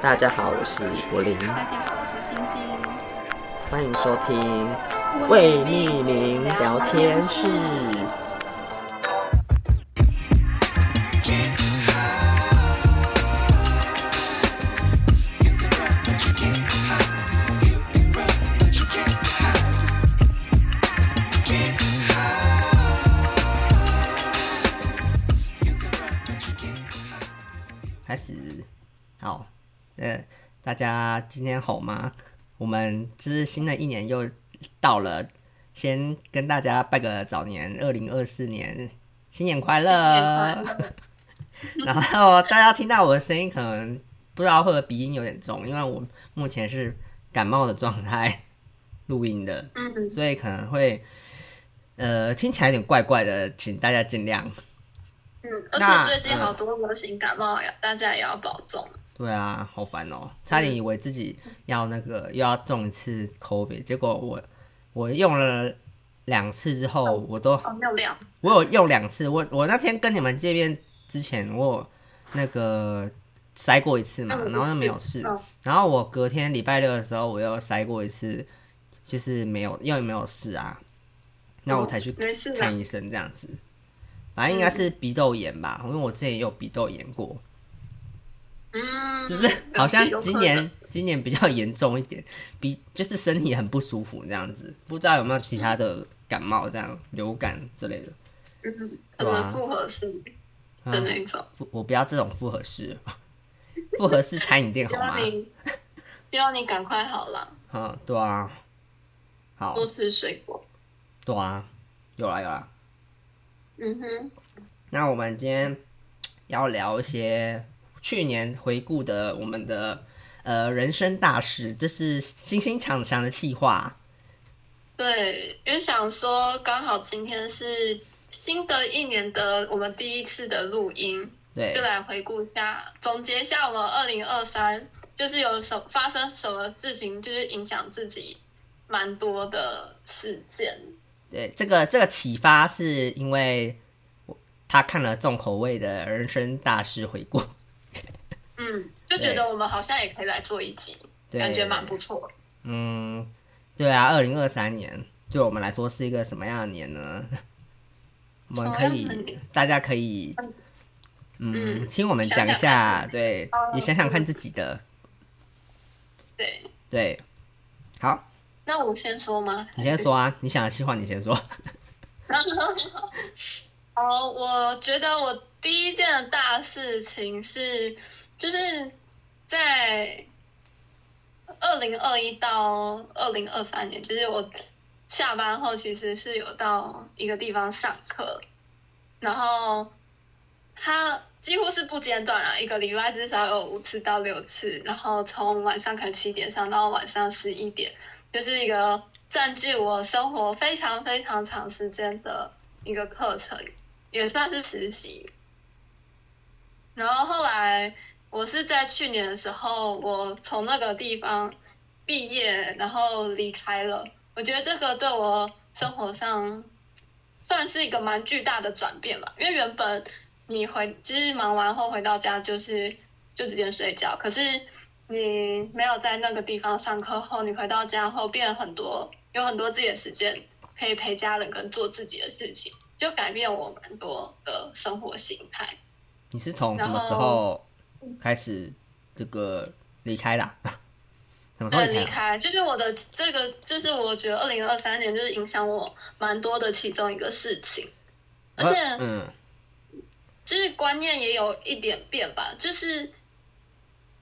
大家好，我是柏林，大家好，我是星星。欢迎收听未命名聊天室。开始，好，呃，大家今天好吗？我们这是新的一年又到了，先跟大家拜个早年，二零二四年新年快乐！然后大家听到我的声音，可能不知道会不会鼻音有点重，因为我目前是感冒的状态 录音的，嗯，所以可能会呃听起来有点怪怪的，请大家见谅。嗯，那而且最近好多流行感冒呀，大家也要保重。对啊，好烦哦、差点以为自己要那个又要中一次 COVID，结果我我用了两次之后，我都哦，没有量，我有用两次，我我那天跟你们见面之前，我有那个筛过一次嘛，嗯然后就没有事嗯，然后我隔天礼拜六的时候，我又筛过一次，就是没有，因为没有事啊，那我哦才去没事啊的看。医生这样子。反正应该是鼻窦炎吧，因为我之前也有鼻窦炎过，嗯，只是好像 有可今能年今年比较严重一点，比就是身体很不舒服这样子，不知道有没有其他的感冒这样流感之类的。嗯，可对啊能复合式嗯的那种。复我不要这种复合式， 复合式餐饮店希嗯好吗望？啊 你，希望你赶快好了，啊，对啊，好，多吃水果。对啊，有啦有啦。嗯哼，那我们今天要聊一些去年回顾的我们的呃人生大事，这是星星抢抢的气话。对，因为想说刚好今天是新的一年的我们第一次的录音，对就来回顾一下，总结一下我们二零二三，就是有什发生什么事情，就是影响自己蛮多的事件。对，这个这个启发是因为我他看了重口味的人生大事回顾，嗯，就觉得我们好像也可以来做一集，对感觉蛮不错。嗯，对啊，二零二三年对我们来说是一个什么样的年呢？我们可什么样的以年，大家可以，嗯，嗯听我们讲一想哦想下，对，你想想看自己的，对，对，好，那我先说吗？你先说啊，你想的计划你先说，哦，我觉得我第一件的大事情是，就是在二零二一到二零二三年，就是我下班后其实是有到一个地方上课，然后它几乎是不间断啊，一个礼拜至少有五次到六次，然后从晚上可能七点上到晚上十一点，就是一个占据我生活非常非常长时间的一个课程，也算是实习。然后后来我是在去年的时候，我从那个地方毕业，然后离开了。我觉得这个对我生活上算是一个蛮巨大的转变吧，因为原本你回就是忙完后回到家就是就直接睡觉，可是你没有在那个地方上课后，你回到家后变很多，有很多自己的时间可以陪家人跟做自己的事情，就改变我蛮多的生活形态。你是从什么时然候开始这个离开啦？ 什么时候对，离呃离开啊？开就是我的这个，就是我觉得二零二三年就是影响我蛮多的其中一个事情，而且呃嗯，就是观念也有一点变吧，就是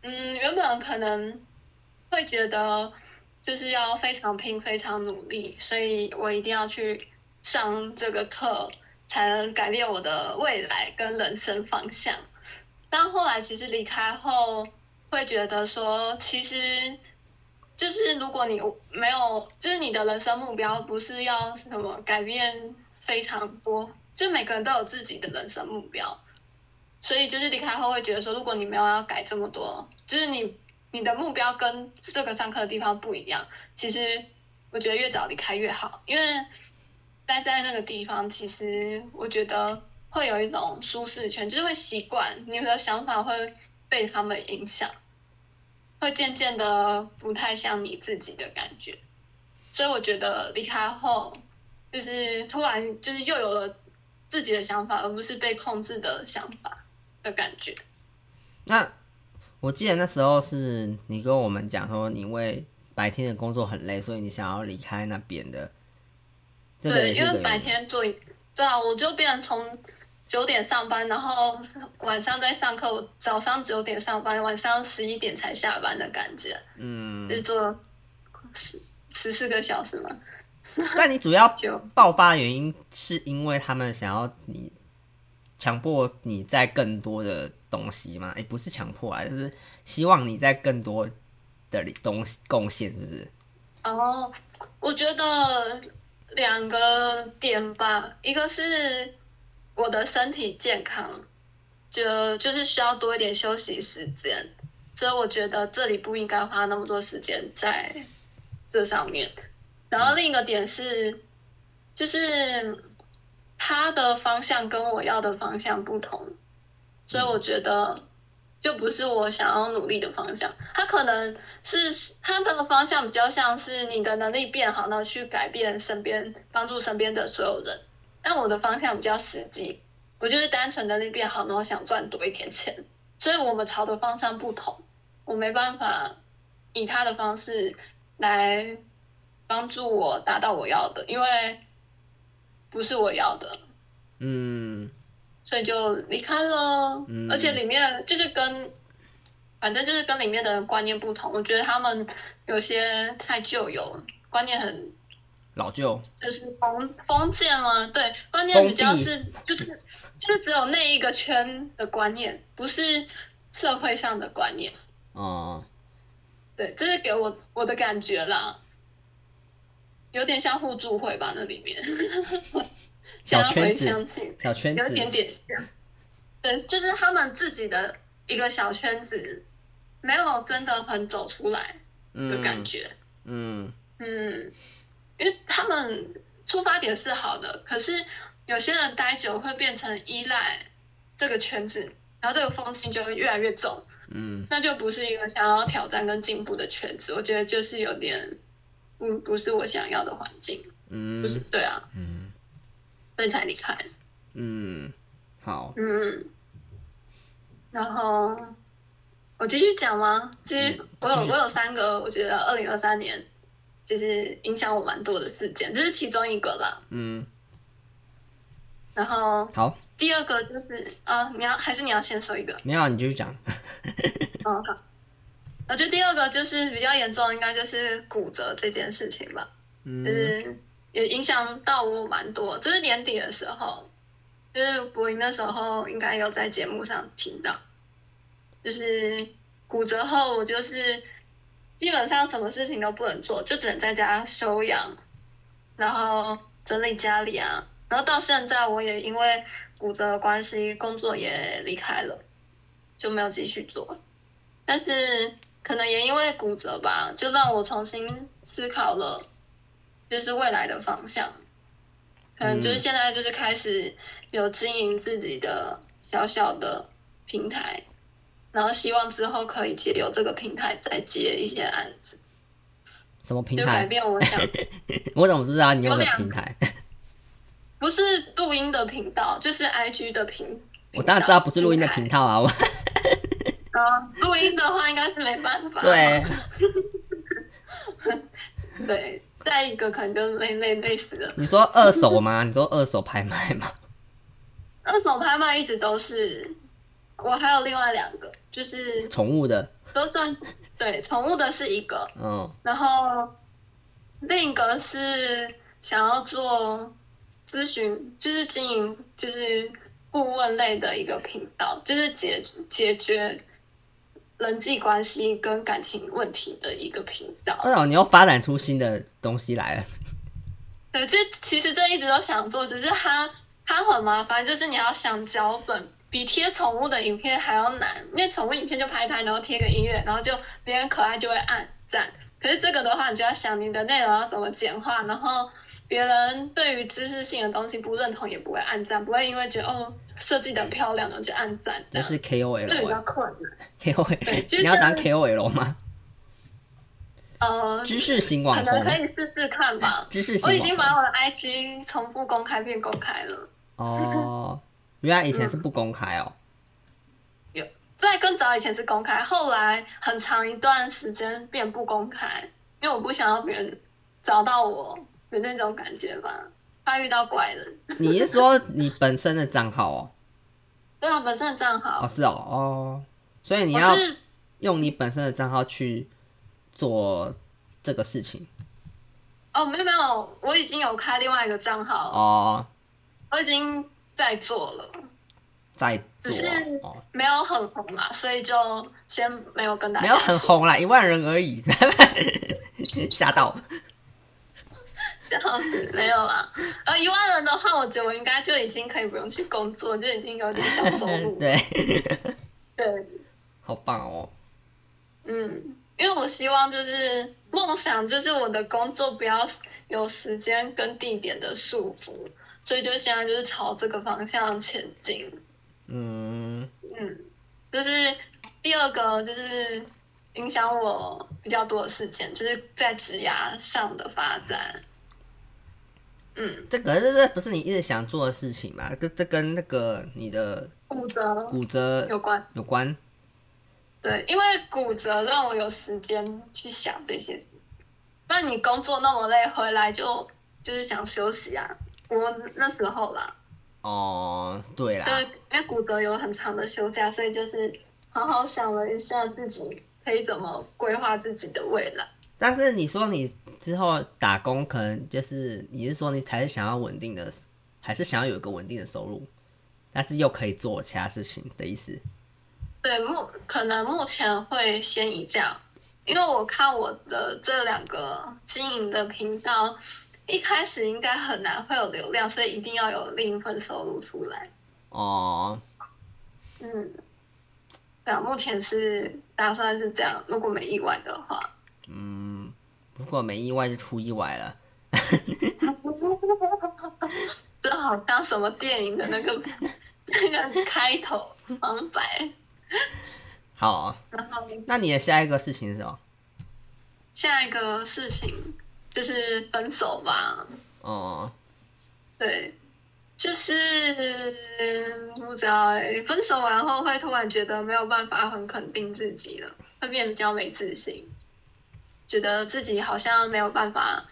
嗯，原本可能会觉得就是要非常拼、非常努力，所以我一定要去上这个课，才能改变我的未来跟人生方向。但后来其实离开后，会觉得说，其实就是如果你没有，就是你的人生目标不是要什么改变非常多，就每个人都有自己的人生目标，所以就是离开后会觉得说，如果你没有要改这么多，就是你你的目标跟这个上课的地方不一样，其实我觉得越早离开越好，因为待在那个地方，其实我觉得会有一种舒适圈，就是会习惯你的想法会被他们影响。会渐渐的不太像你自己的感觉。所以我觉得离开后，就是突然就是又有了自己的想法，而不是被控制的想法的感觉。那我记得那时候是你跟我们讲说，你因为白天的工作很累，所以你想要离开那边的。这个对，也是一个因为原白天做，对啊，我就变成从九点上班，然后晚上在上课，我早上九点上班，晚上十一点才下班的感觉，嗯，就是做十十四个小时嘛，但你主要就爆发的原因是因为他们想要你强迫你在更多的东西吗？也、不是强迫啊，就是希望你在更多的里东西贡献，是不是？然后哦我觉得两个点吧，一个是我的身体健康，就就是需要多一点休息时间，所以我觉得这里不应该花那么多时间在这上面。然后另一个点是，就是他的方向跟我要的方向不同，所以我觉得就不是我想要努力的方向。他可能是他的方向比较像是你的能力变好，然后去改变身边、帮助身边的所有人。但我的方向比较实际，我就是单纯能力变好，然后想赚多一点钱。所以我们朝的方向不同，我没办法以他的方式来帮助我达到我要的，因为不是我要的。嗯，所以就离开了。嗯而且里面就是跟，反正就是跟里面的人观念不同。我觉得他们有些太旧有，观念很老舅，就是封封建嘛，对，观念比较封闭是就是就是只有那一个圈的观念，不是社会上的观念。哦、对，这是给我我的感觉啦。有点像互助会吧，那里面。小现在圈回子想起小圈有一点子，点像，对，就是他们自己的一个小圈子，没有真的很走出来的感嗯觉。嗯嗯因为他们出发点是好的，可是有些人待久会变成依赖这个圈子，然后这个风气就会越来越重，嗯，那就不是一个想要挑战跟进步的圈子。我觉得就是有点，嗯，不是我想要的环境，不是嗯对啊，嗯，所以才离开。嗯，好，嗯，然后我继续讲吗？其实我有嗯继续我有三个，我觉得二零二三年就是影响我蛮多的事件，这是其中一个啦。嗯，然后好，第二个就是啊，你要还是你要先说一个？没有啊，你继续讲。嗯，好。我觉得第二个就是比较严重，应该就是骨折这件事情吧。就嗯是也影响到我蛮多。就是年底的时候，就是柏林那时候应该有在节目上听到，就是骨折后我就是基本上什么事情都不能做，就只能在家休养，然后整理家里啊。然后到现在，我也因为骨折的关系，工作也离开了，就没有继续做。但是可能也因为骨折吧，就让我重新思考了就是未来的方向。可能嗯就是现在就是开始有经营自己的小小的平台，然后希望之后可以借由这个平台再接一些案子，什么平就改台？变我 想我怎么不知道你有有个两平台？不是录音的频道，就是 IG 的频。我当然知道不是录音的平频台道啊，我 啊，录音的话应该是没办法。对，啊对，再一个可能就累累累死了。你说二手吗？你说二手拍卖 吗？二手拍卖一直都是，我还有另外两个，就是宠物的，都算对宠物的是一个，嗯然后另一个是想要做咨询，就是经营，就是顾问类的一个频道，就是解解决人际关系跟感情问题的一个频道。二手你又发展出新的东西来了，对，这其实这一直都想做，只是它它很麻烦，就是你要想脚本，比贴宠物的影片还要难。因为宠物影片就拍一拍，然后贴个音乐，然后就别人可爱就会按赞。可是这个的话，你就要想你的内容要怎么简化，然后别人对于知识性的东西不认同也不会按赞，不会因为觉得哦设计的啊漂亮然后就按赞，这这样是这个比 KOL 较啊困难。 KOL，就是你要当 KOL 吗？呃，知识型可网能红，可以试试看吧。知识型我已经网把红我的 IG 从不公开变公开了，哦，原来以前是不公开 哦，在更早以前是公开，后来很长一段时间变不公开，因为我不想要别人找到我的那种感觉吧，怕遇到怪人。你是说你本身的账号哦？对啊，本身的账号哦，，是哦，哦，所以你我要是用你本身的账号去做这个事情哦，没有没有，我已经有开另外一个账号了，哦，我已经在做了，在做只是哦，没有很红啦，所以就先没有跟大家没有很说红啦，一万人而已， 吓到这样子没有啦。呃，一万人的话，我觉得我应该就已经可以不用去工作，就已经有点小收 入。对，对，好棒哦，嗯，因为我希望就是梦想，就是我的工作不要有时间跟地点的束缚，所以就现在就是朝这个方向前进。嗯，嗯，就是第二个就是影响我比较多的事情，就是在职涯上的发展。嗯，这个这这不是你一直想做的事情嘛？这这跟那个你的骨折骨折有关，有关对，因为骨折让我有时间去想这些。那你工作那么累，回来就就是想休息啊。我那时候啦，哦，对就是啦，因为骨折有很长的休假，所以就是好好想了一下自己可以怎么规划自己的未来。但是你说你之后打工，可能就是你是说你还是想要稳定的，还是想要有一个稳定的收入，但是又可以做其他事情的意思？对，目可能目前会先以这样，因为我看我的这两个经营的频道，一开始应该很难会有流量，所以一定要有另一份收入出来。哦，嗯，对啊，目前是打算是这样，如果没意外的话。嗯，如果没意外就出意外了。这好像什么电影的那个那个开头旁白，好，然后那你的下一个事情是什么？下一个事情就是分手吧。哦，对，就是不知道欸分手完后会突然觉得没有办法很肯定自己了，会变得比较没自信，觉得自己好像没有办法，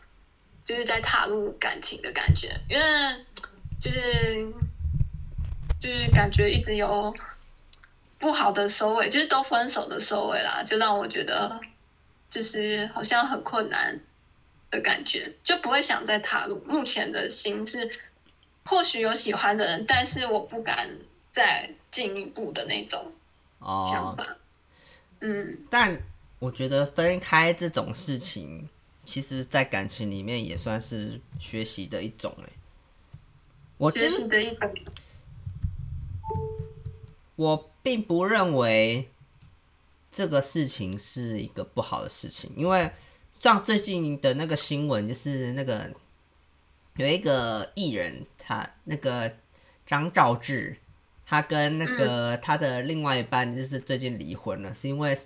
就是在踏入感情的感觉，因为就是就是感觉一直有不好的收尾，就是都分手的收尾啦，就让我觉得就是好像很困难。的感觉，就不会想再踏入。目前的心是，或许有喜欢的人，但是我不敢再进一步的那种想哦，法。嗯，但我觉得分开这种事情，其实在感情里面也算是学习的一种哎。我学真习的一种，我并不认为这个事情是一个不好的事情，因为像最近的那个新闻，就是那个有一个艺人，他那个张兆志，他跟那个他的另外一半就是最近离婚了，是因为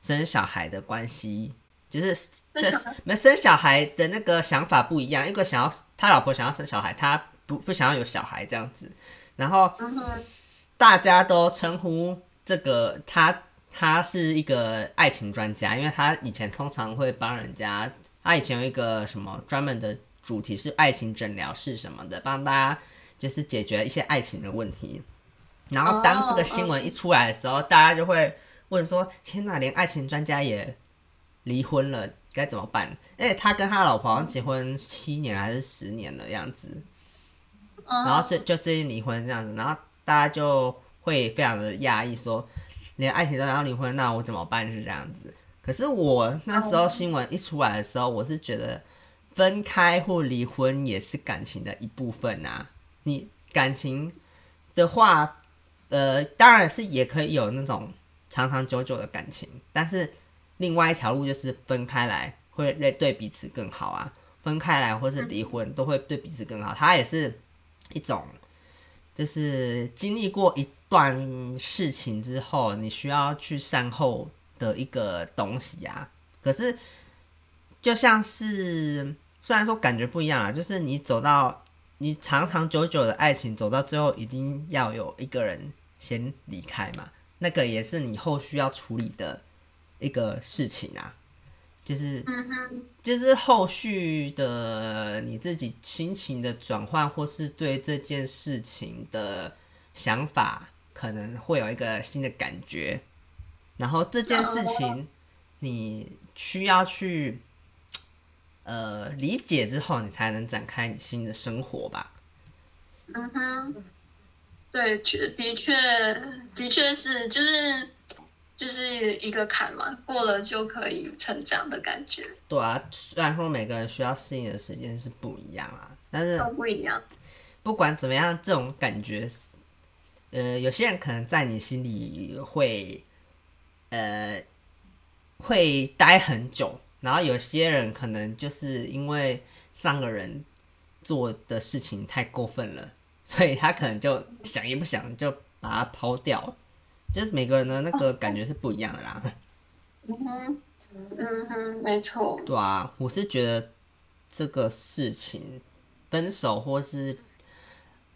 生小孩的关系。就是这小孩没生小孩的那个想法不一样，一个想要他老婆想要生小孩，他不不想要有小孩这样子，然后嗯哼，大家都称呼这个他，他是一个爱情专家，因为他以前通常会帮人家，他以前有一个什么专门的主题是爱情诊疗室什么的，帮大家就是解决一些爱情的问题。然后当这个新闻一出来的时候，大家就会问说：“天哪，连爱情专家也离婚了，该怎么办？”因为他跟他老婆好像结婚七年还是十年了样子。然后嗯，最就最近离婚这样子，然后大家就会非常的压抑说，连爱情都要离婚，那我怎么办？是这样子。可是我那时候新闻一出来的时候，我是觉得分开或离婚也是感情的一部分啊。你感情的话，呃，当然是也可以有那种长长久久的感情，但是另外一条路就是分开来，会对对彼此更好啊。分开来或是离婚，都会对彼此更好。它也是一种，就是经历过一段事情之后，你需要去善后的一个东西啊。可是就像是虽然说感觉不一样啦，啊就是你走到你长长久久的爱情，走到最后一定要有一个人先离开嘛，那个也是你后续要处理的一个事情啊，就是嗯哼，就是后续的你自己心情的转换，或是对这件事情的想法，可能会有一个新的感觉。然后这件事情，你需要去呃理解之后，你才能展开你新的生活吧。嗯哼，对，确的确的确是，就是就是一个坎嘛，过了就可以成长的感觉，对啊，虽然说每个人需要适应的时间是不一样啊，但是都不一样。不管怎么样，这种感觉是，呃，有些人可能在你心里会，呃，会待很久，然后有些人可能就是因为上个人做的事情太过分了，所以他可能就想也不想就把它抛掉了，就是每个人的那个感觉是不一样的啦。嗯哼，嗯哼，没错。对啊，我是觉得这个事情，分手或是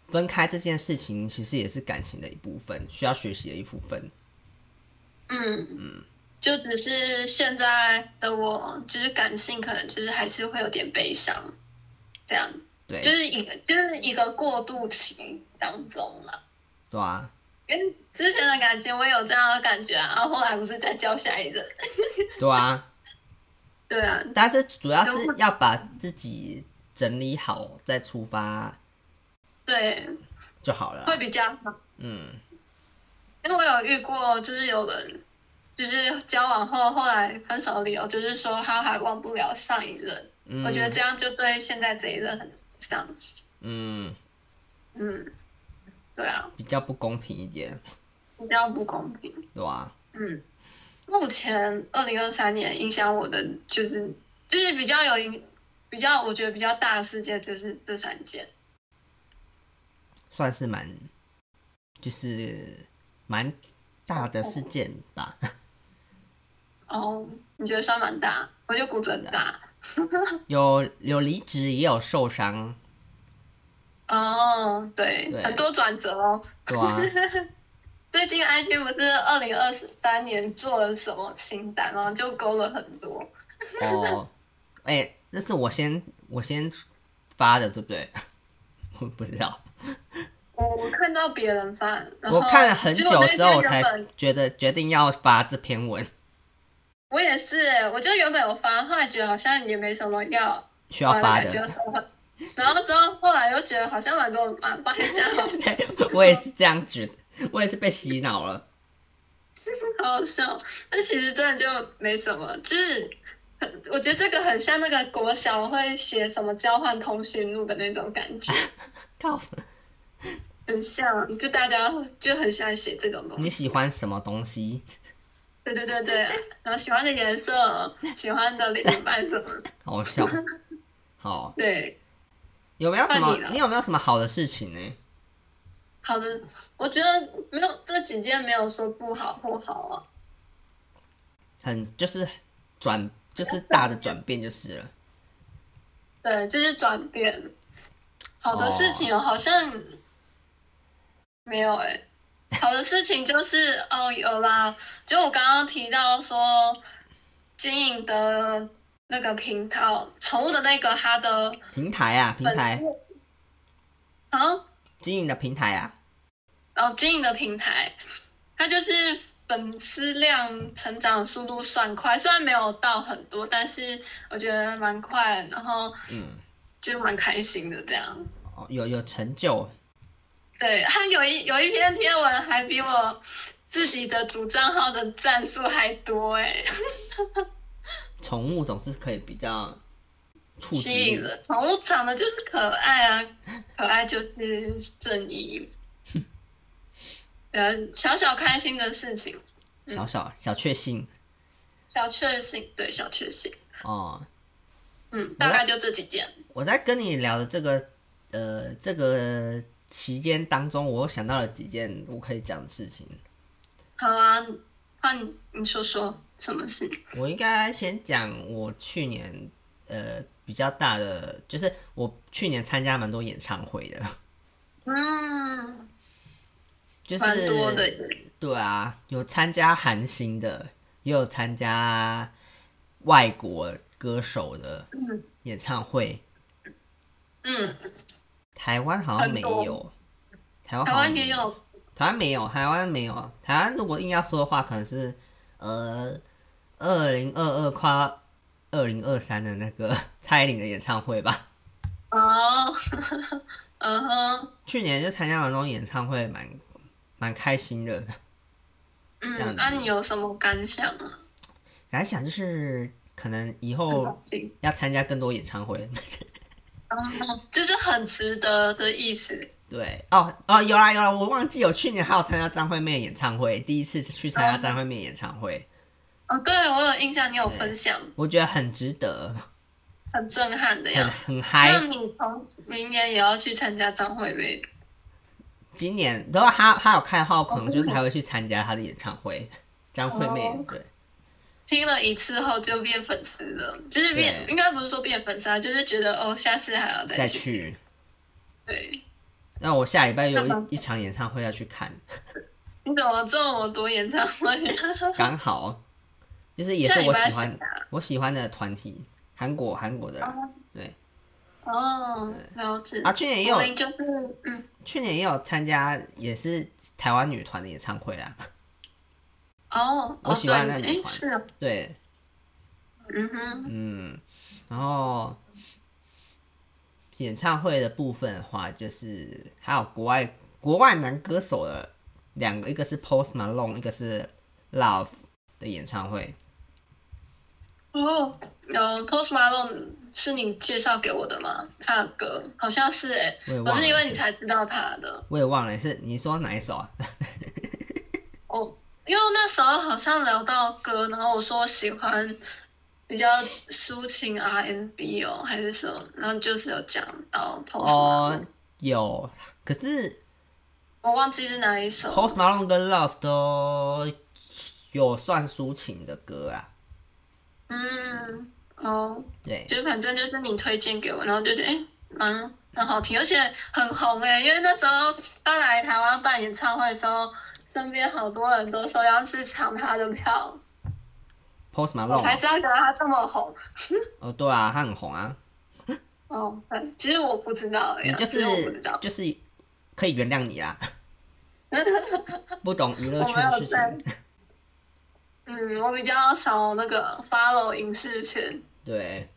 分开这件事情，其实也是感情的一部分，需要学习的一部分。嗯，就只是现在的我，就是感性，可能就是还是会有点悲伤，这样，对，就是一个就是一个过渡期当中啦。对啊，因为之前的感情我也有这样的感觉啊，然后后来不是在教下一任，对啊，对啊，但是主要是要把自己整理好再出发对，就好了啦。会比较好。嗯，因为我有遇过，就是有人就是交往后后来分手的理由就是说他还忘不了上一任，嗯我觉得这样就对现在这一任很伤。嗯嗯，对啊，比较不公平一点，比较不公平。对啊吧、嗯，目前二零二三年影响我的就是就是比较有影比较，我觉得比较大的事件就是这三件。算是蛮，就是蛮大的事件吧。 哦，你觉得算蛮大？我觉得骨折很大。有有离职，也有受伤，哦，对，啊对很多转折哦。对啊，最近 IG 不是二零二三年做了什么清单，然后就勾了很多。哦，哎、那是我先我先发的，对不对？ 我不知道，我我看到别人发，然后我看了很结久果那之后，天我才原本觉得决定要发这篇文，我也是，我就原本有发，后来觉得好像也没什么要需要发发感觉的。，然后之后后来又觉得好像蛮多人发发一下，对 我也是这样觉得，我也是被洗脑了。好好笑。但其实真的就没什么，就是很我觉得这个很像那个国小会写什么交换通讯录的那种感 觉，靠，很像，就大家就很喜欢写这种东西。你喜欢什么东西？对对 对对，然后喜欢的颜色、喜欢的另一半什么，好 笑。好，对，有没有什么换你？了你有没有什么好的事情呢？好的，我觉得没有这几件没有说不好或好啊，很就是转，就是大的转变就是了。对，就是转变。好的事情、哦、好像没有哎、好的事情就是哦有啦，就我刚刚提到说经营的那个频道，宠物的那个它的平台啊，平粉台丝啊。经营的平台啊，然后经营的平台，它就是粉丝量成长速度算快，虽然没有到很多，但是我觉得蛮快，然后嗯，就蛮开心的这样。哦，有有成就，对，它有一有一篇贴文还比我自己的主账号的赞数还多哎、宠物总是可以比较触及吸引人。宠物长得就是可爱啊，可爱就是正 义。呃，小小开心的事情，小小小确幸小确幸，对，小确幸，哦。嗯，大概就这几件。我在跟你聊的这个呃这个期间当中，我又想到了几件我可以讲的事情。好啊，换你说说。什么事？我应该先讲我去年呃比较大的，就是我去年参加蛮多演唱会的， 嗯，就是蛮多的，对啊，有参加韩星的，也有参加外国歌手的演唱会。嗯，台湾好像没很有，台湾台好像湾也没，有，台湾没有，台湾没有。啊台湾如果硬要说的话，可能是呃二零二二跨二零二三的那个 蔡依林的演唱会吧。哦， 嗯哼，去年就参加完那种演唱会，蛮蛮开心的。这样嗯，子那你有什么感想啊？感想就是，可能以后要参加更多演唱会。 就是很值得的意思。对，哦哦，有啦有啦，我忘记有去年还有参加张惠妹的演唱会，第一次去参加张惠妹演唱会，哦，对，我有印象，你有分享，我觉得很值得，很震撼的很样子。很那嗨。你从明年也要去参加张惠妹？今年如果她她有开的话，我可能就是还会去参加她的演唱会，张惠妹哦对，听了一次后就变粉丝了，就是变，对应该不是说变粉丝啊，就是觉得哦，下次还要再再去。去。对，那我下礼拜有那么一一场演唱会要去看，你怎么这么多演唱会、啊？刚好，就是 也下是礼我拜喜谁欢我喜欢的团体，韩国韩国的啦，对 哦，了解。啊，去年也我有们就是嗯，去年也有参加，也是台湾女团的演唱会啦，哦，我哦，喜对，欢那女哎，团是啊，对。嗯哼，嗯，然后演唱会的部分的话，就是还有国外国外男歌手的两个，一个是 Post Malone，一个是 Love 的演唱会。哦，呃，Post Malone 是你介绍给我的吗？他的歌好像是哎、我也我忘是因了，为你才知道他的。我也忘了是你说哪一 首啊？哦，因为那时候好像聊到歌，然后我说我喜欢比较抒情 R&B 哦，还是什么，然后就是有讲到 Post，、哦，有，可是我忘记是哪一首。 Post Malone 跟 Love 都有算抒情的歌啊。嗯，哦，对，就反正就是你推荐给我，然后就觉得哎，蛮蛮好听，而且很红哎，因为那时候他来台湾办演唱会的时候，身边好多人都说要去抢他的票， ，Post 我才 Malone 知道原来他这么红。哦，对啊，他很红啊。哦，对，其实我不知道你呀，就其实我不知是道。就是可以原谅你 啊，不懂娱乐我圈没的有事在情。嗯，我比较少那个 follow 影视圈。对，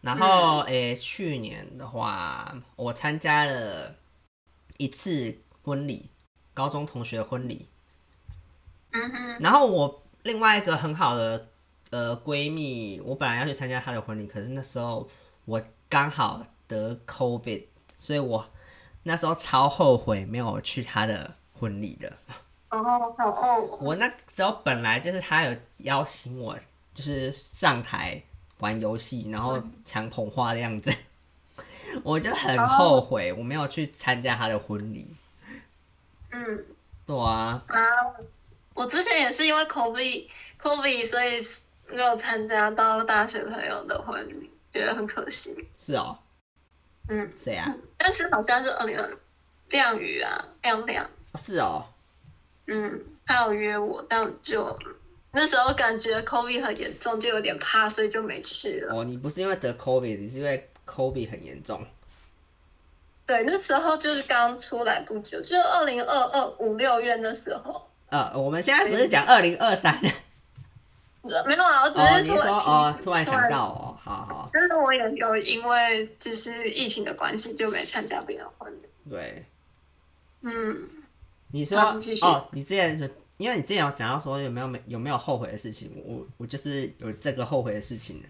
然后嗯诶、去年的话，我参加了一次婚礼，高中同学的婚礼。嗯哼，然后我另外一个很好的呃闺蜜，我本来要去参加她的婚礼，可是那时候我刚好得 COVID，所以我那时候超后悔没有去她的婚礼的。然后哦哦，我那时候本来就是他有邀请我，就是上台玩游戏，然后嗯抢捧花的样子， 我就很哦后悔我没有去参加他的婚礼。嗯对啊，啊，我之前也是因为 COVID COVID 所以没有参加到大学朋友的婚礼，觉得很可惜。是哦，嗯，谁啊？但是好像是二零二亮宇啊，亮亮，是哦，嗯，他有约我，但就那时候感觉 COVID 很严重，就有点怕，所以就没去了。哦，你不是因为得 COVID，你是因为 COVID 很严重。对，那时候就是刚出来不久，就是二零二二五六月那时候。呃，我们现在不是讲二零二三没有啊，我只哦，是你突说然其实哦，突然想，到哦，好好，对但是我也有因为就是疫情的关系就没参加别人婚礼。对，嗯，你说好你继续哦，你之前是因为你之前有讲到说有没有没有没有后悔的事情，我我就是有这个后悔的事情，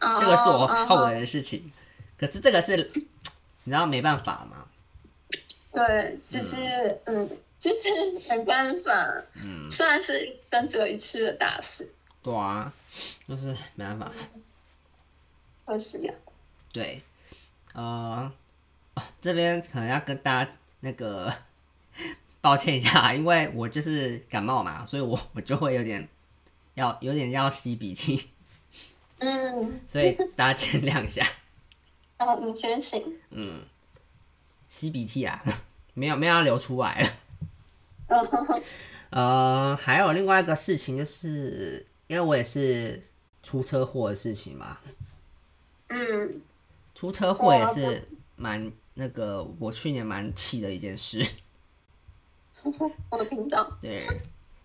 这个是我哦后。悔的事情。可是这个是你知道没办法嘛？对，就是嗯，就是没办法，嗯虽然是一生只有一次的大事，对啊，就是没办法。可惜啊。对，呃，哦这边可能要跟大家那个抱歉一下，因为我就是感冒嘛，所以我我就会有点要有点要吸鼻涕，嗯，所以大家见谅一下。然后你先醒， 嗯，吸鼻涕啊， 没有没有要流出来 了。然后呃，还有另外一个事情，就是因为我也是出车祸的事情嘛，嗯，出车祸也哇是蛮那个，我去年蛮气的一件事。我听到，对，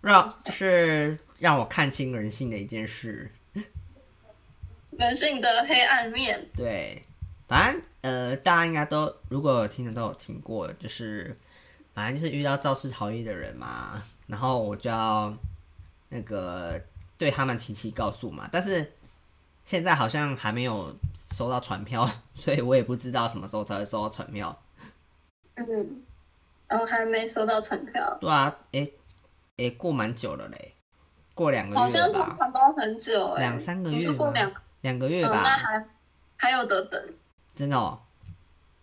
让就是让我看清人性的一件事。人性的黑暗面，对，反正呃，大家应该都如果有听的都有听过，就是反正就是遇到肇事逃逸的人嘛，然后我就要那个对他们提起告诉嘛，但是现在好像还没有收到传票，所以我也不知道什么时候才会收到传票。嗯，然后还没收到传票，对啊，诶、诶、过蛮久了嘞，过两个好月像了都吧，传包很久哎、欸，两三个你月说过吗两，两个月嗯，那吧，还还有得等，真的哦，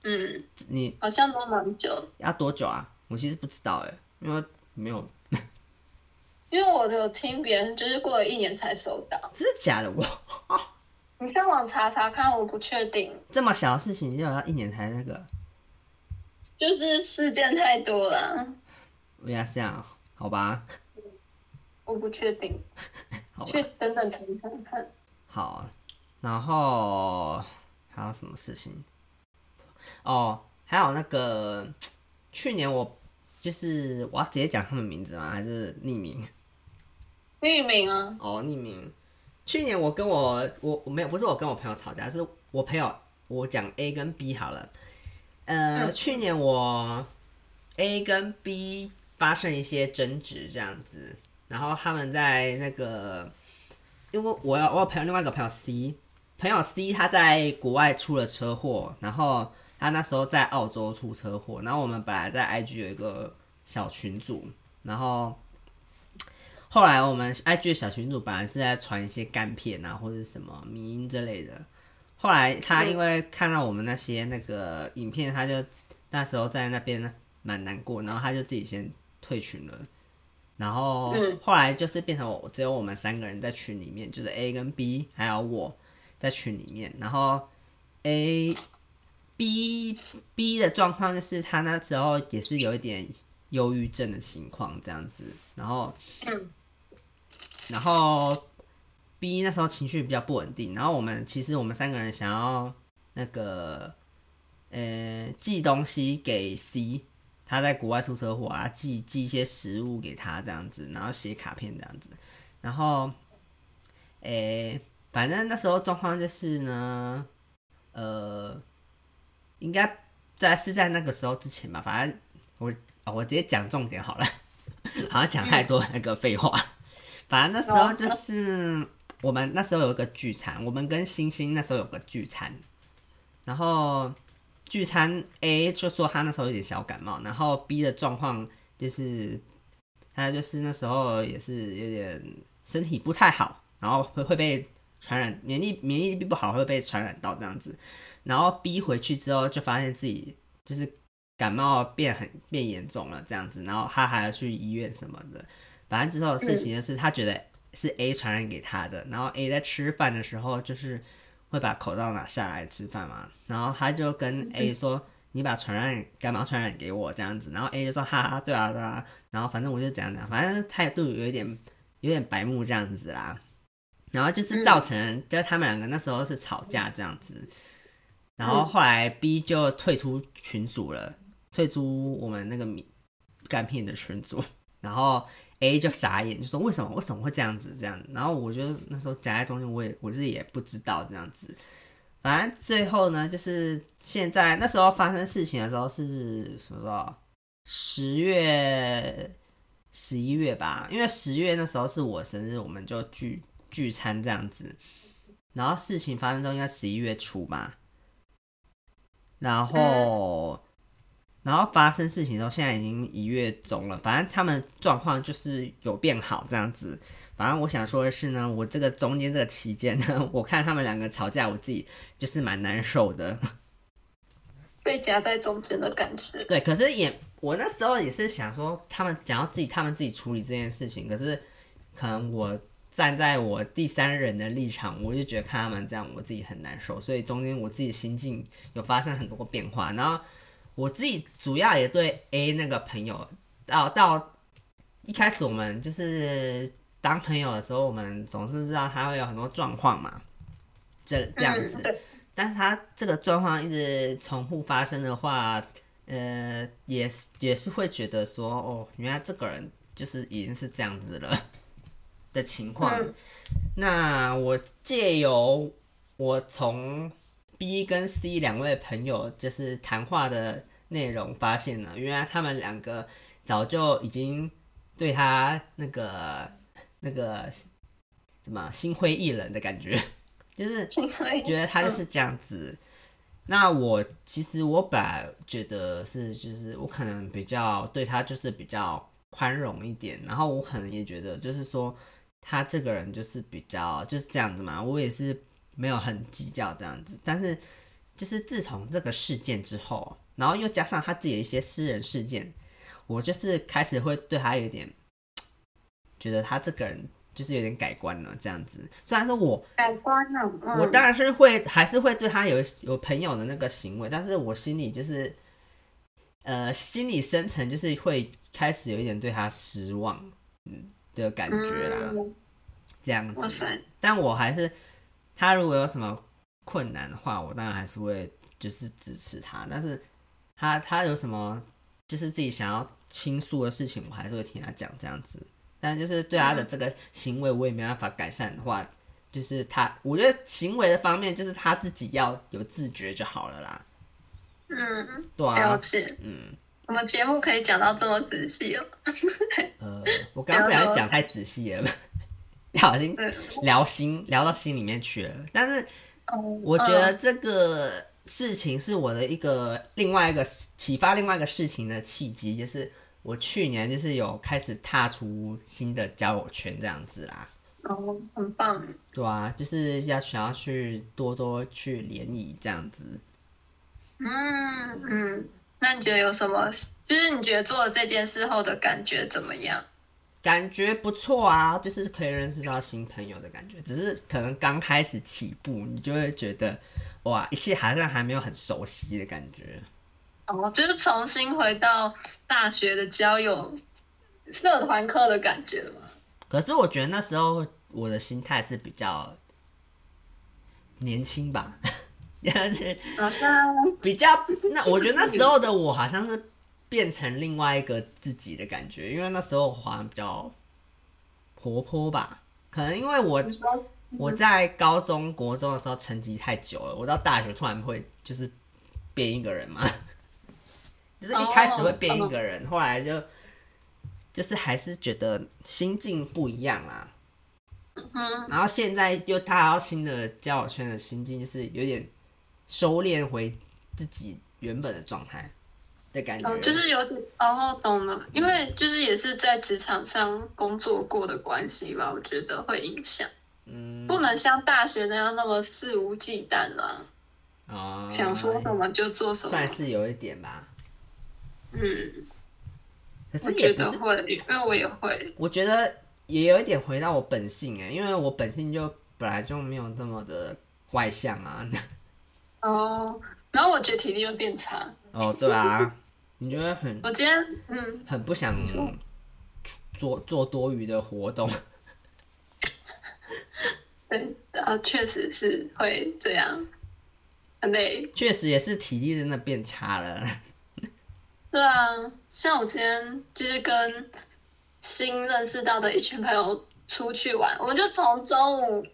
嗯，你好像都蛮久，要多久啊？我其实不知道诶，因为没有因为我有听别人就是过了一年才收到，真的假的？ 我你上网查查看，我不确定，这么小的事情就要一年才那个，就是事件太多了，原来是这样，好吧，我不确定， 好吧去，等等查看看。好。然后还有什么事情？哦，还有那个去年我就是我要直接讲他们名字吗？还是匿名？匿名啊，哦，匿名。去年我跟我我我没有不是我跟我朋友吵架，是我朋友我讲 A 跟 B 好了。呃，嗯去年我 A 跟 B 发生一些争执这样子，然后他们在那个，因为我有我有朋友另外一个朋友 C，朋友 C 他在国外出了车祸，然后他那时候在澳洲出车祸，然后我们本来在 IG 有一个小群组，然后后来我们 IG 的小群组本来是在传一些干片啊，或者是什么迷音之类的。后来他因为看到我们那些那个影片，他就那时候在那边蛮难过，然后他就自己先退群了。然后嗯后来就是变成我只有我们三个人在群里面，就是 A 跟 B 还有我在群里面。然后 A B B 的状况就是他那时候也是有一点忧郁症的情况这样子，然后嗯然后 B 那时候情绪比较不稳定，然后我们其实我们三个人想要那个呃寄东西给 C，他在国外出车祸啊，寄寄一些食物给他这样子，然后写卡片这样子，然后诶、反正那时候状况就是呢，呃，应该在是在那个时候之前吧，反正我、啊我直接讲重点好了，好像讲太多那个废话。反正那时候就是我们那时候有一个聚餐，我们跟星星那时候有个聚餐，然后聚餐 A 就说他那时候有点小感冒，然后 B 的状况就是他就是那时候也是有点身体不太好，然后会会被传染，免疫免疫力不好会被传染到这样子。然后 B 回去之后就发现自己就是感冒变很变严重了这样子，然后他还要去医院什么的。反正之后的事情就是他觉得是 A 传染给他的，然后 A 在吃饭的时候就是会把口罩拿下来吃饭嘛，然后他就跟 A 说。你把传染感冒传染给我这样子，然后 A 就说哈哈对啊对啊，然后反正我就怎样怎样，反正态度有一点有点白目这样子啦，然后就是造成、就是他们两个那时候是吵架这样子，然后后来 B 就退出群组了，退出我们那个米干片的群组，然后 A 就傻眼，就说为什么为什么会这样子这样？然后我就那时候夹在中间，我也我自己也不知道这样子。反正最后呢，就是现在那时候发生事情的时候是什么时候？啊十月、十一月吧，因为十月那时候是我生日，我们就聚聚餐这样子。然后事情发生之后应该十一月初吧，然后、然后发生事情之后，现在已经一月中了，反正他们状况就是有变好这样子。反正我想说的是呢，我这个中间这个期间呢， 我看他们两个吵架，我自己就是蛮难受的。被夹在中间的感觉。对，可是也我那时候也是想说，他们想要自己他们自己处理这件事情，可是可能我站在我第三人的立场，我就觉得看他们这样，我自己很难受。所以中间我自己心境有发生很多变化，然后我自己主要也对 A 那个朋友，到到一开始我们就是当朋友的时候，我们总是知道他会有很多状况嘛，这这样子嗯。对但是他这个状况一直重复发生的话，呃，也是也是会觉得说，哦，原来这个人就是已经是这样子了的情况。嗯那我借由我从 B 跟 C 两位朋友就是谈话的内容，发现了原来他们两个早就已经对他那个那个什么心灰意冷的感觉， 就是所以觉得他就是这样子。那我其实我本来觉得是，就是我可能比较对他就是比较宽容一点，然后我可能也觉得就是说他这个人就是比较就是这样子嘛，我也是没有很计较这样子。但是就是自从这个事件之后，然后又加上他自己的一些私人事件，我就是开始会对他有点觉得他这个人就是有点改观了这样子。虽然说我改观了。嗯我当然是会，还是会对他有有朋友的那个行为，但是我心里就是，呃，心里深层就是会开始有一点对他失望，嗯的感觉啦，嗯这样哇子。塞，但我还是，他如果有什么困难的话，我当然还是会就是支持他，但是他他有什么就是自己想要倾诉的事情，我还是会听他讲这样子。但就是对他的这个行为，我也没办法改善的话，就是他，我觉得行为的方面就是他自己要有自觉就好了啦。嗯，对了啊，解。嗯，我们节目可以讲到这么仔细哦。呃，我刚刚不小心讲太仔细了，不小心嗯，聊心聊到心里面去了。但是嗯我觉得这个事情是我的一个另外一个启发另外一个事情的契机，就是我去年就是有开始踏出新的交友圈这样子啦。哦，很棒。对啊，就是要想要去多多去联谊这样子。嗯嗯，那你觉得有什么？就是你觉得做了这件事后的感觉怎么样？感觉不错啊，就是可以认识到新朋友的感觉。只是可能刚开始起步，你就会觉得哇，一切好像还没有很熟悉的感觉。哦，就是重新回到大学的交友社团课的感觉吗？可是我觉得那时候我的心态是比较年轻吧， 也是好像比较那我觉得那时候的我好像是变成另外一个自己的感觉，因为那时候我好像比较活泼吧，可能因为我你说我在高中、国中的时候成绩太久了，我到大学突然会就是变一个人嘛， 就是一开始会变一个人，后来就就是还是觉得心境不一样啦。嗯，然后现在又踏到新的交友圈的心境，就是有点收敛回自己原本的状态的感觉，哦，就是有点哦，懂了，因为就是也是在职场上工作过的关系吧，我觉得会影响，嗯不能像大学那样那么肆无忌惮啦，啊，想说什么就做什么，算是有一点吧，嗯，可我是也觉不得是会，因为我也会，我觉得也有一点回到我本性哎，因为我本性就本来就没有这么的外向啊。 哦，然后我觉得体力又变差，哦，对啊，你觉得很我今天嗯。很不想错做做多余的活动， 对，呃，确实是会这样，很累。确实也是体力真的变差了。啊对啊，像我今天就是跟新认识到的一群朋友出去玩，我们就从中午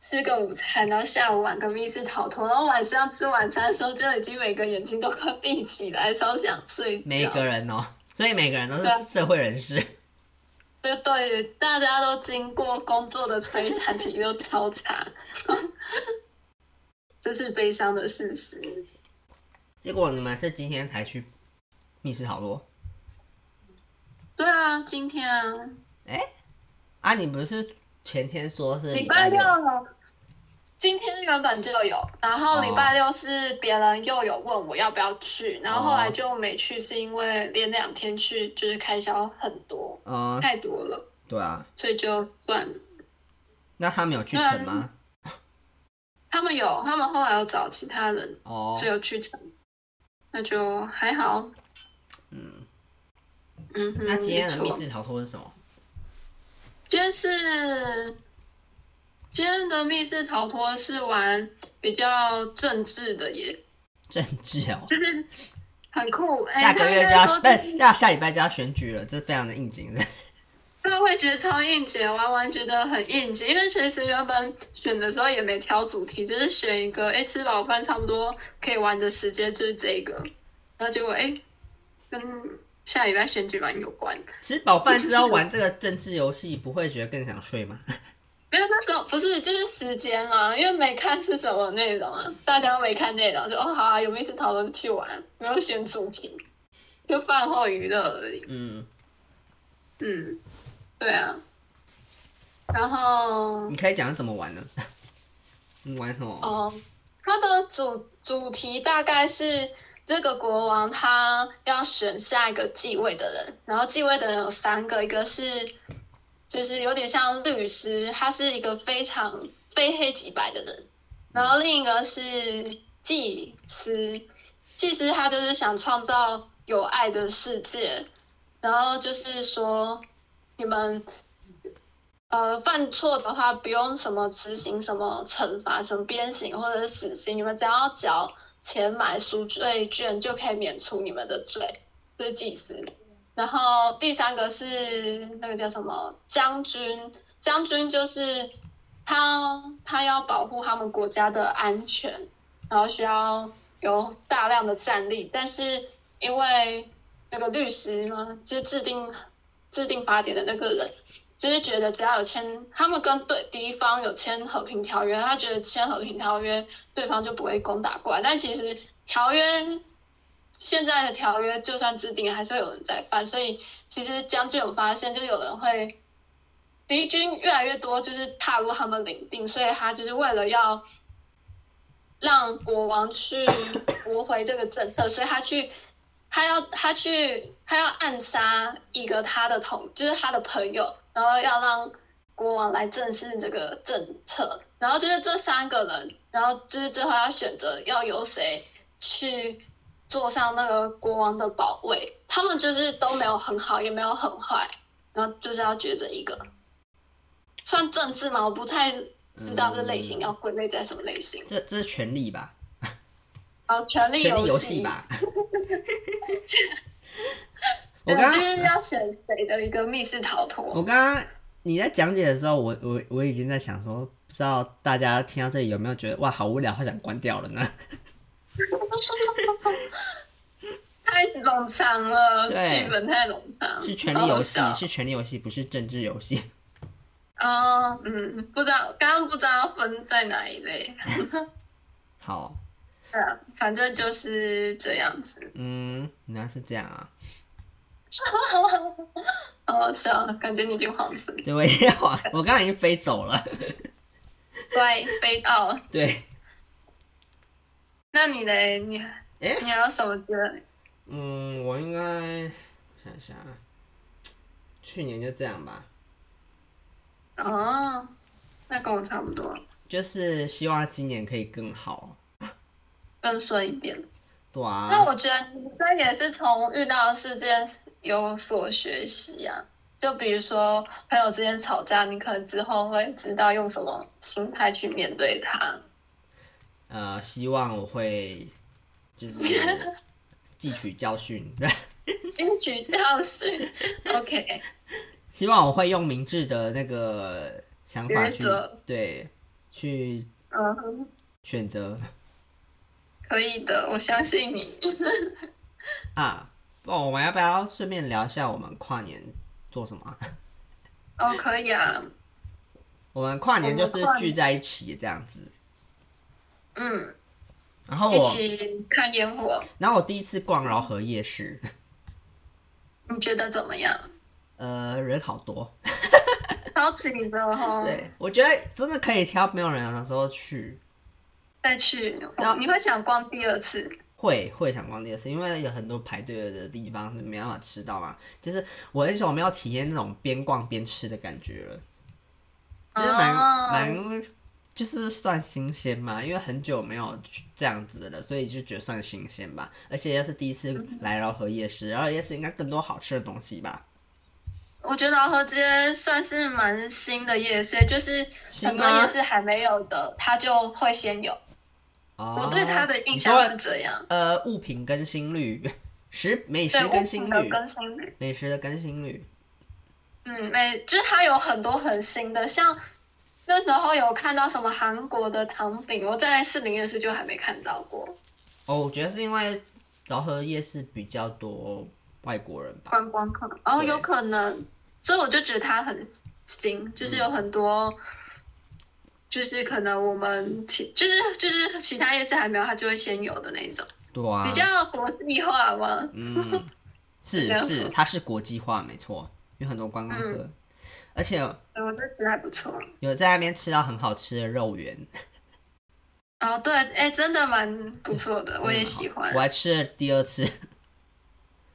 吃个午餐，然后下午玩个密室逃脱，然后晚上吃晚餐的时候，就已经每个眼睛都快闭起来，超想睡觉。每个人哦，所以每个人都对啊是社会人士。对对，大家都经过工作的摧残，体力都超差， 这是悲伤的事实。结果你们是今天才去密室逃脱对啊，今天啊，啊？你不是前天说是礼拜拜六，今天原本就有，然后礼拜六是别人又有问我要不要去，然后后来就没去，是因为连两天去就是开销很多，嗯，太多了，对啊，所以就算了。那他们有去成吗？嗯他们有，他们后来有找其他人，哦，只有去成，那就还好。嗯，嗯哼，那今天的没密错室逃脱是什么？ 今天是今天的密室逃脱是玩比较政治的耶，政治哦。就是很酷。哎下个月就要他们不那时候就 是是下下礼拜就要选举了，这非常的应景。真的会觉得超应景，完完觉得很应景，因为其实原本选的时候也没挑主题，就是选一个，哎，吃饱饭差不多可以玩的时间就是这个，然后结果哎，诶跟下礼拜选举完有关。吃饱饭之后玩这个政治游戏，不会觉得更想睡吗？ 没有那时候不是就是时间啦，因为没看是什么内容啊，大家都没看内容，就哦好啊，有密室逃脱就去玩，没有选主题，就饭后娱乐而已。嗯，嗯，对啊，然后你可以讲怎么玩呢？ 你玩什么？哦，它的主主题大概是这个国王他要选下一个继位的人，然后继位的人有三个，一个是就是有点像律师，他是一个非常非黑即白的人，然后另一个是祭司，祭司他就是想创造有爱的世界，然后就是说你们呃，犯错的话不用什么执行什么惩罚，什么鞭刑或者是死刑，你们只要缴钱买赎罪券就可以免除你们的罪，这是祭司。然后第三个是那个叫什么将军，将军就是他他要保护他们国家的安全，然后需要有大量的战力，但是因为那个律师嘛，就是制定制定法典的那个人，就是觉得只要有签，他们跟对敌方有签和平条约，他觉得签和平条约，对方就不会攻打过来。但其实条约现在的条约就算制定，还是会有人在犯。所以其实将军有发现，就是有人会敌军越来越多，就是踏入他们领地，所以他就是为了要让国王去驳回这个政策，所以他去。他要他去他要暗杀一个他的同，就是他的朋友，然后要让国王来正视这个政策，然后就是这三个人，然后就是最后要选择要由谁去坐上那个国王的宝位，他们就是都没有很好，也没有很坏，然后就是要抉择一个，算政治嘛，我不太知道这类型要归类在什么类型，这这是权力吧？然后哦权力权力游游戏戏， 吧？我对刚就刚是要选谁的一个密室逃脱。我刚刚你在讲解的时候，我我我已经在想说，不知道大家听到这里有没有觉得哇，好无聊，好想关掉 了呢？ 太冗长了，对剧本太冗长，是权力游戏哦好好，笑是权力游戏，不是政治游戏。 哦，嗯，不知道，刚刚不知道分在哪一类，好，对啊，反正就是这样子，嗯，原来是这样啊。好好笑，感觉你已经黄昏，对，我已经晃，我刚刚已经飞走了。 对，飞奥，对，那你嘞，你诶你还有什么觉得？嗯，我应该想一下啊，去年就这样吧，哦，那跟我差不多，就是希望今年可以更好。更顺一点。对那啊，我觉得这也是从遇到的事件有所学习啊。就比如说朋友之间吵架，你可能之后会知道用什么心态去面 对它。呃，希望我会就是 汲取教训，汲取教训，OK，希望我会用明智的那个想法抉去择对去嗯哼，选择可以的，我相信你。啊。不然我们要不要顺便聊一下我们跨年做什么啊？哦，可以啊，我们跨年我就们是跨聚在一起这样子，嗯，然后一我起看烟火，然后我第一次逛饶河夜市，你觉得怎么样？呃，人好多。超级的哦，，对，我觉得真的可以挑没有人的时候去，再去哦然后，你会想逛第二次？会会想逛夜市，因为有很多排队的地方没办法吃到嘛。就是我很久没有体验那种边逛边吃的感觉了。就是蛮哦蛮、就是算新鲜嘛，因为很久没有去这样子了，所以就觉得算新鲜吧。而且又是第一次嗯来饶河夜市，饶河夜市应该更多好吃的东西吧？我觉得饶河街算是蛮新的夜市，就是新很多吗夜市还没有的，它就会先有。哦，我对它的印你象说是这样。呃物品更新率，食美对，食我更新品的率，更新率，美食的更新率。嗯，每就是它有很多很新的，像那时候有看到什么韩国的糖饼，我在士林夜市就还没看到过哦，我觉得是因为饶河夜市比较多外国人吧。观光客，然后对有可能，所以我就觉得它很新，就是嗯有很多。就是可能我们其就是就是其他夜市还没有，它就会先有的那一种，对啊比，较国际化嘛。嗯， 是这样嗯是，说它是国际化没错，有很多观光客，而且对嗯我就觉得还不错。有在那边吃到很好吃的肉圆，哦，对，哎，真的蛮不错的，我也喜欢嗯我。还吃了第二 次，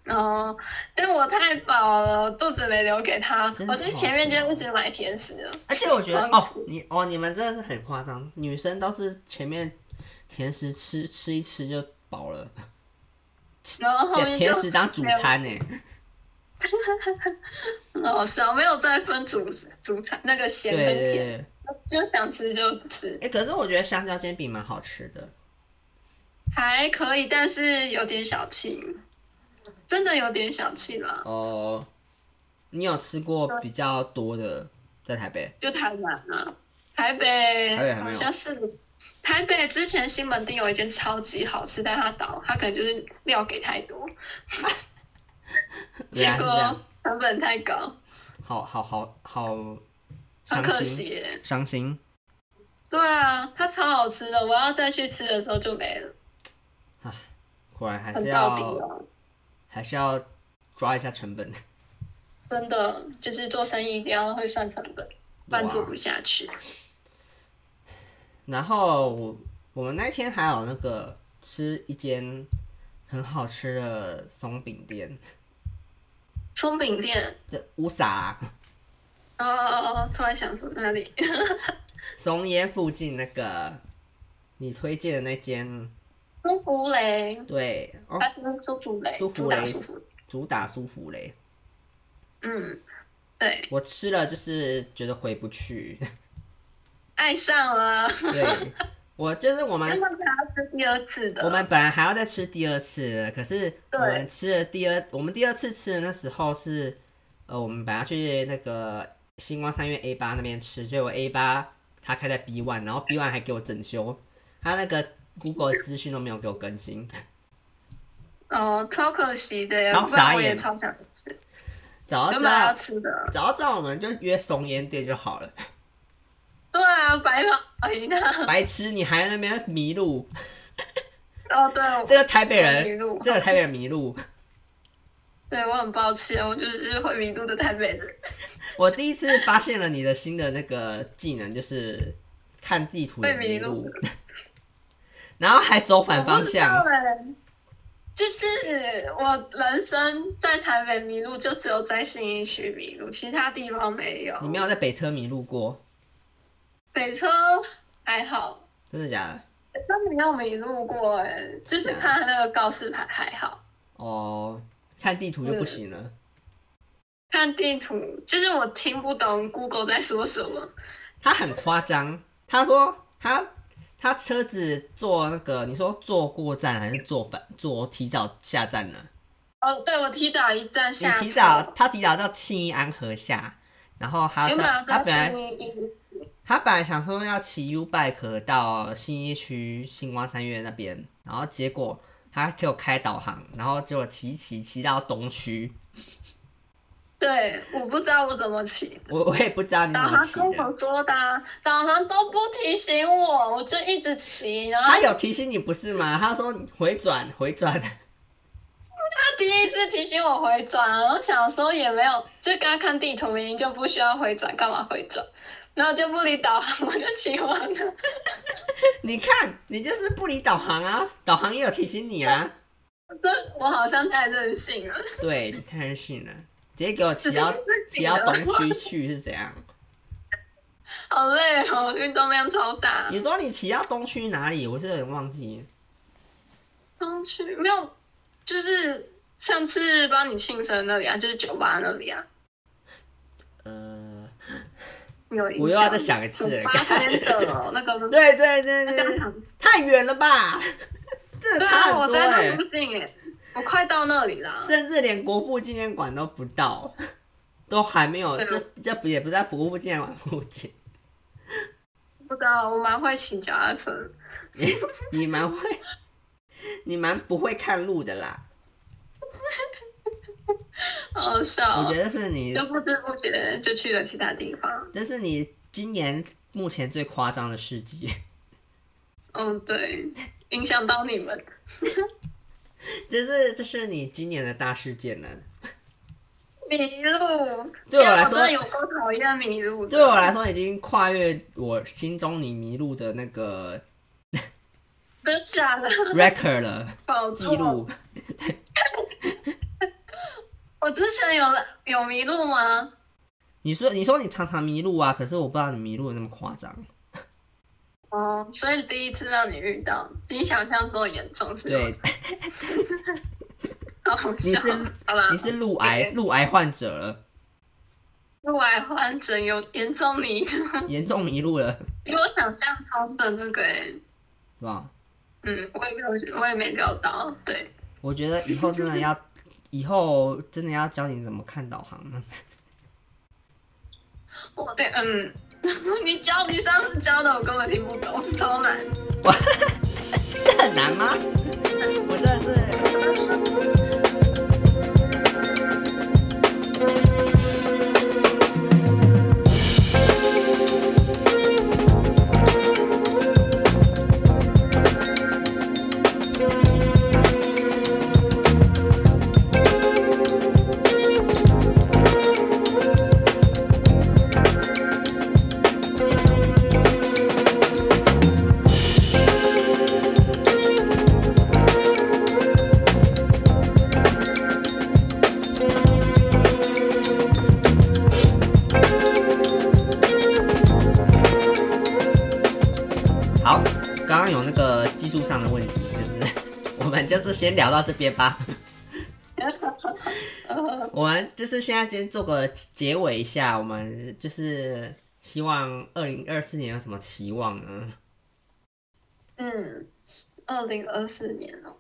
哦，但我太饱了，肚子没留给他真。的哦我在前面就一直买甜食了。而且我觉得好哦，你哦你们真的是很夸张，女生都是前面甜食吃吃一吃就饱了，然后后给面就甜食当主餐欸呢，很好笑，没有再分主主餐那个咸对跟对甜，对，就想吃就吃，哎、可是我觉得香蕉煎饼蛮好吃的，还可以，但是有点小气，真的有点小气啦。哦，你有吃过比较多的在台北？就台南啊，台北台北还没有好像是台北之前西门町有一间超级好吃，但它倒，它可能就是料给太 多，结原来是这样果。成本太高，好好好好，很伤可惜心耶。伤心。对啊，它超好吃的，我要再去吃的时候就没了，果然还是很到要底哦。还是要抓一下成本，真的，就是做生意一定要会算成本，不然哇做不下去。然后我我们那天还有那个吃一间很好吃的松饼店，松饼店，这乌撒啦 哦哦哦，突然想说哪里？ 松烟附近那个你推荐的那间，苏芙蕾，对哦，它是苏芙蕾，苏芙主打蕾苏芙蕾，主打舒芙蕾，嗯，对。我吃了就是觉得回不去， 爱上了，对我就是我们因为他是第二次的。我们本来还要再吃第二次的，可是我对们吃了第二，我们第二次吃的那时候是，呃，我们本来去那个星光三月 A 八那边吃，结果 A 八他开在 B one，然后 B one 还给我整修，他那个 Google 资讯都没有给我更新，哦，超可惜的耶，超不然傻我也眼哦超想吃，早原知本要道吃的。早知道我们就约松烟店就好了，对啊，白啊马姨娜。白痴你还在那边迷路， 哦，对，我这个台北 迷人，路这个台北人迷路。对我很抱歉，我就是会迷路的台北人。我第一次发现了你的新的那个技能，就是看地图也迷会迷路， 然后还走反方我向不。知道耶。就是我人生在台北迷路，就只有在信义区迷路，其他地方没有。你没有在北车迷路过，北车还好，真的假的？北车没有迷路过哎，就是啊看那个告示牌还好。哦，看地图就嗯不行了。看地图，就是我听不懂 Google 在说什么。他很夸张，他说他他车子坐那个，你说坐过站还是坐反坐提早下站了？哦，对，我提早一站你下车。提早他提早到信义安和下，然后他原本要他跟本来新一，他本来想说要骑 U bike 到新一区星光三月那边，然后结果他给我开导航，然后结果骑一骑骑到东区，对，我不知道我怎么骑。我我也不知道你怎导么航骑跟我的。说的啊、导航都不提醒我，我就一直骑，然后他有提醒你不是吗？他说回转回转， 他第一次提醒我回转，然后想说也没有，就刚刚看地图明明就不需要回转，干嘛回转？然后就不理导航，我就骑完了。 你看你就是不理导航啊，导航也有提醒你 啊。这我好像太任性了，对，你太任性了，直接给我骑这真到的是骑到你的东区去是怎样？好累哦，运动量超大。你说你骑到东区哪里？我是有点忘记。东区没有，就是上次帮你庆生那里啊，就是酒吧那里啊， 呃，你有印象吗？我又要再想一次了酒吧边的哦那个对对 对那对教对，堂，太远了 吧？这对差啊，很我多在哎、那附近哎，我快到那里啦。甚至连国父纪念馆都不到，都还没有，对啊这这不也不在国父纪念馆附近， 不知道，我蛮会骑脚踏车。你蛮会，你蛮不会看路的啦。好笑我哦，觉得是你就，不知不觉就去了其他地方。这是你今年目前最夸张的事迹， 嗯，对，影响到你们。这是这是你今年的大事件了。迷路，对我天啊来真的说有够讨厌迷路的。对我来说，已经跨越我心中你迷路的那个真假的 record 了保记录。我之前有有迷路吗？你说，你说你常常迷路啊，可是我不知道你迷路的那么夸张。哦，所以第一次让你遇到，比你想象中严重是对吗？， 好好你笑是。好啦你，是乳癌，乳癌患者了，入癌患者有严重迷，严重迷路了，比我想象中的那个、欸，是吧？嗯，我也没有，我也没料到，对。我觉得以后真的要，以后真的要教你怎么看导航呢。我对，嗯， 你教你上次教的我根本听不懂，超难。这很难吗？我真的是。好，刚刚有那个技术上的问题，就是我们就是先聊到这边吧。 我们就是现在先做个结尾一下，我们就是希望二零二四年有什么期望呢？嗯，二零二四年哦，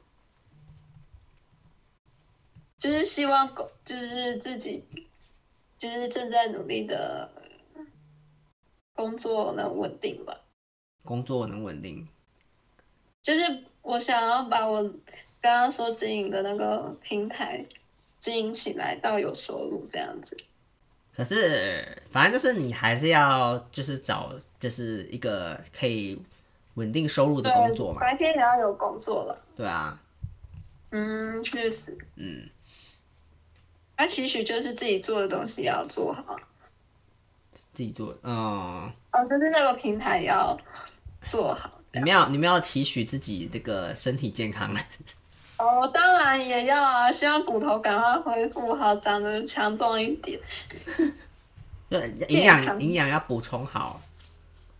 就是希望狗，就是自己，就是正在努力的工作能稳定吧。工作能稳定，就是我想要把我刚刚说经营的那个平台经营起来，到有收入这样子。可是反正就是你还是要就是找就是一个可以稳定收入的工作嘛，白天也要有工作了。对啊，嗯，确实。嗯，那期许就是自己做的东西要做好，自己做，嗯，哦，就是那个平台要做好。你们要你们要期许自己这个身体健康。 哦，当然也要啊，希望骨头赶快恢复好，长得强壮一点。对，营健养康营养要补充好。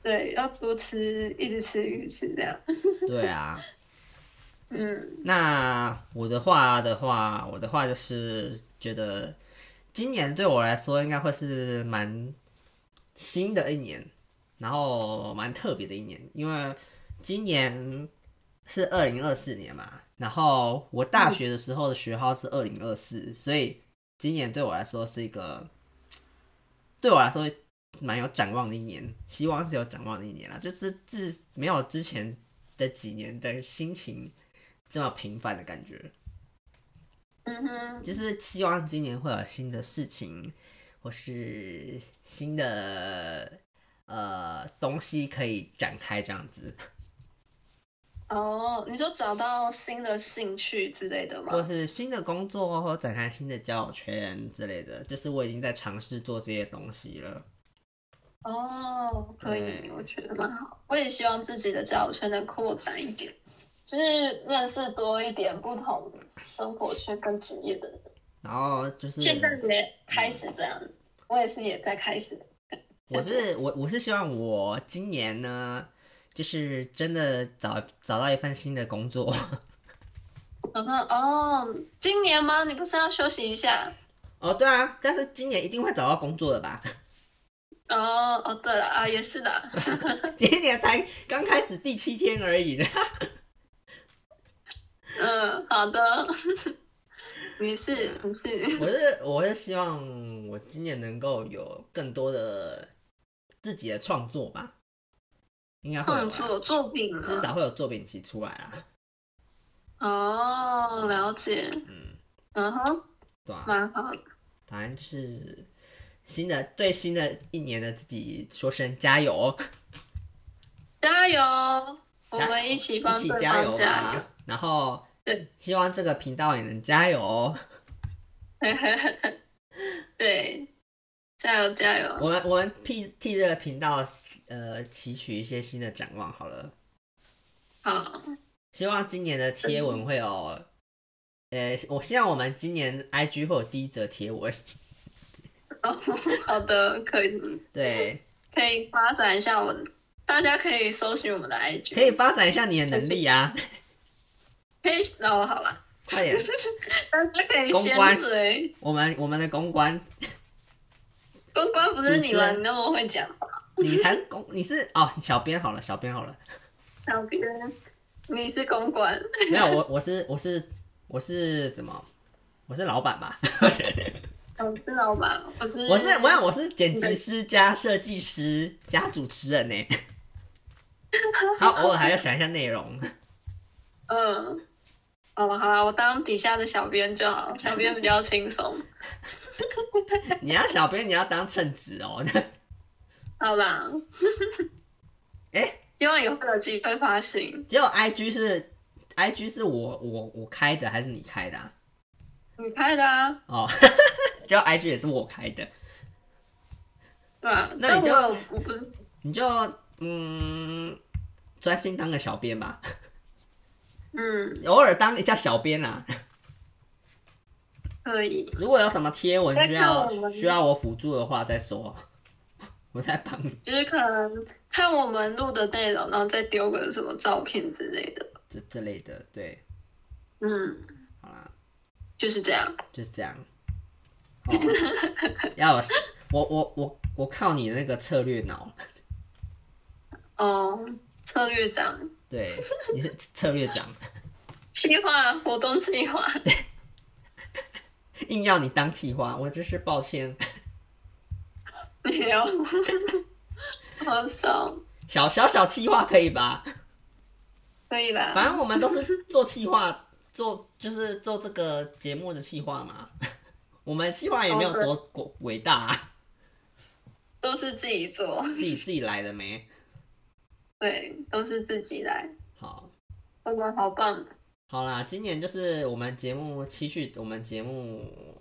对，要多吃，一直吃，一直吃这样。对啊，嗯，那我的话的话，我的话就是觉得今年对我来说应该会是蛮新的一年，然后蛮特别的一年，因为今年是二零二四年嘛，然后我大学的时候的学号是二零二四，所以今年对我来说是一个对我来说蛮有展望的一年，希望是有展望的一年啦，就是自没有之前的几年的心情这么平凡的感觉，嗯哼，就是希望今年会有新的事情，或是新的呃东西可以展开这样子，哦，你说找到新的兴趣之类的吗？或是新的工作，或展开新的交友圈之类的，就是我已经在尝试做这些东西了。哦，可以对，我觉得蛮好。我也希望自己的交友圈能扩展一点，就是认识多一点不同生活圈跟职业的人。然后就是现在也开始这样，我也是也在开始。我是我我是希望我今年呢，就是真的找找到一份新的工作。 然后哦，今年吗？你不是要休息一下？哦，对啊，但是今年一定会找到工作的吧？ 哦哦，对了啊，也是的，今年才刚开始第七天而已呢。嗯，好的， 没事没 事，我是我是希望我今年能够有更多的自己的创作吧，应该会有创吧，作作品啊至少会有作品集出来啊，哦，了解，嗯，嗯哼，对啊，蛮好的，反正就是新的对新的一年的自己说声加油，加油！我加们一起帮一起对加方油加油吧，然后对希望这个频道也能加油哦， 对，加油加油！我们我们替替这个频道呃祈取一些新的展望好了。好， 希望今年的贴文会有，呃，我希望我们今年 IG 会有第一则贴文， 哦，好的，可以对，可以发展一下我的，大家可以搜寻我们的 IG，可以发展一下你的能力啊，可以哦，好了， 快点， 大家可以公先关随我们我们的公关，公关不是主你持人们那么会讲话，你才是公，你是哦，小编好了，小编好了，小编你是公关，没有我我是我是我是怎么，我是老板吧，我是老板，我是我是我要我是剪辑师加设计师加主持人呢，好，偶尔还要想一下内容， 嗯。好了好了，我当底下的小编就好，小编比较轻松。你要小编你要当称职哦， 好啦，哎、希望以后有机会发行。只有 IG 是 IG 是我我我开的还是你开的、啊？你开的啊，哦， 只有 IG 也是我开的，对吧？那但你就我有我不是你就嗯专心当个小编吧，嗯，偶尔当一下小编啊。可以。如果有什么贴文需再看我要们需要我辅助的话再说， 我再帮你就是可能看我们录的内容，然后再丢个什么照片之类的。这这类的。对，嗯，好啦，就是这样。就是这样。哦，要有我我我我靠你那个策略脑，哦，策略长，对，你是策略长，计划活动计划， 硬要你当企划，我真是抱歉。没有，好少，小小小企划可以吧？可以啦。 反正我们都是做企划，做就是做这个节目的企划嘛。我们企划也没有多过伟大、啊，都是自己做，自己自己来的没。对，都是自己来，好，我们好棒。好啦，今年就是我们节目期许，我们节目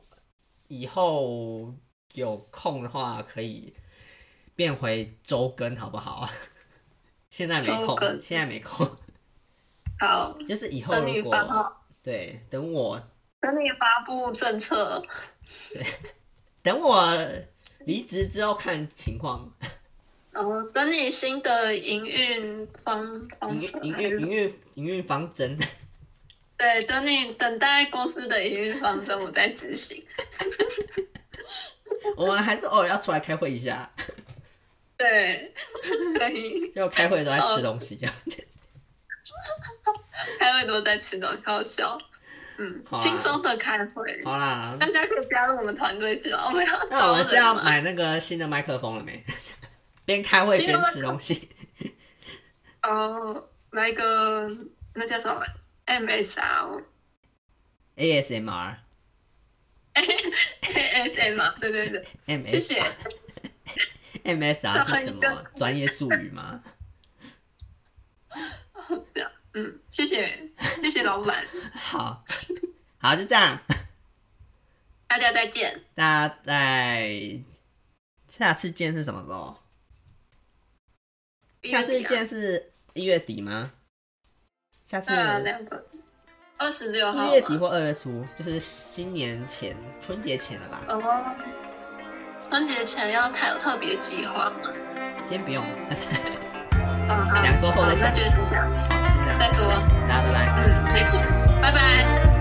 以后有空的话可以变回周更，好不好？啊 现在没周空，更现在没空， 好，就是以后等你如发果号，对等我等你发布政策，等我离职之后看情况，然后等你新的营运方方营策，营运营运营运方针， 对，等你等待公司的营运方针，我再执行。我们还是偶尔要出来开会一下，对， 可以，就开会都在吃东西。开会都在吃东西，好笑。嗯好，啊轻松的开会，好啦，大家可以加入我们团队是吧？我们要那我招们人是要了买那个新的麦克风了没？ 边开会边吃东西，哦，来个那叫什么 MSR ASMR、 ASM 啊？对对对，谢 MS、谢。 MSR 是什上一个么专业术语吗？这样，嗯，谢谢，谢谢老板，好，好，就这样，大家再见。大家在下次见是什么时候？啊下次见是一月底吗？下次这两个二十六号一吗月底或二月初，就是新年前、春节前了吧？哦，春节前要太有特别计划吗？先不用，嗯，好，两周后再好想那就先这样，好，先这样，再说。大家拜拜。 嗯，拜拜。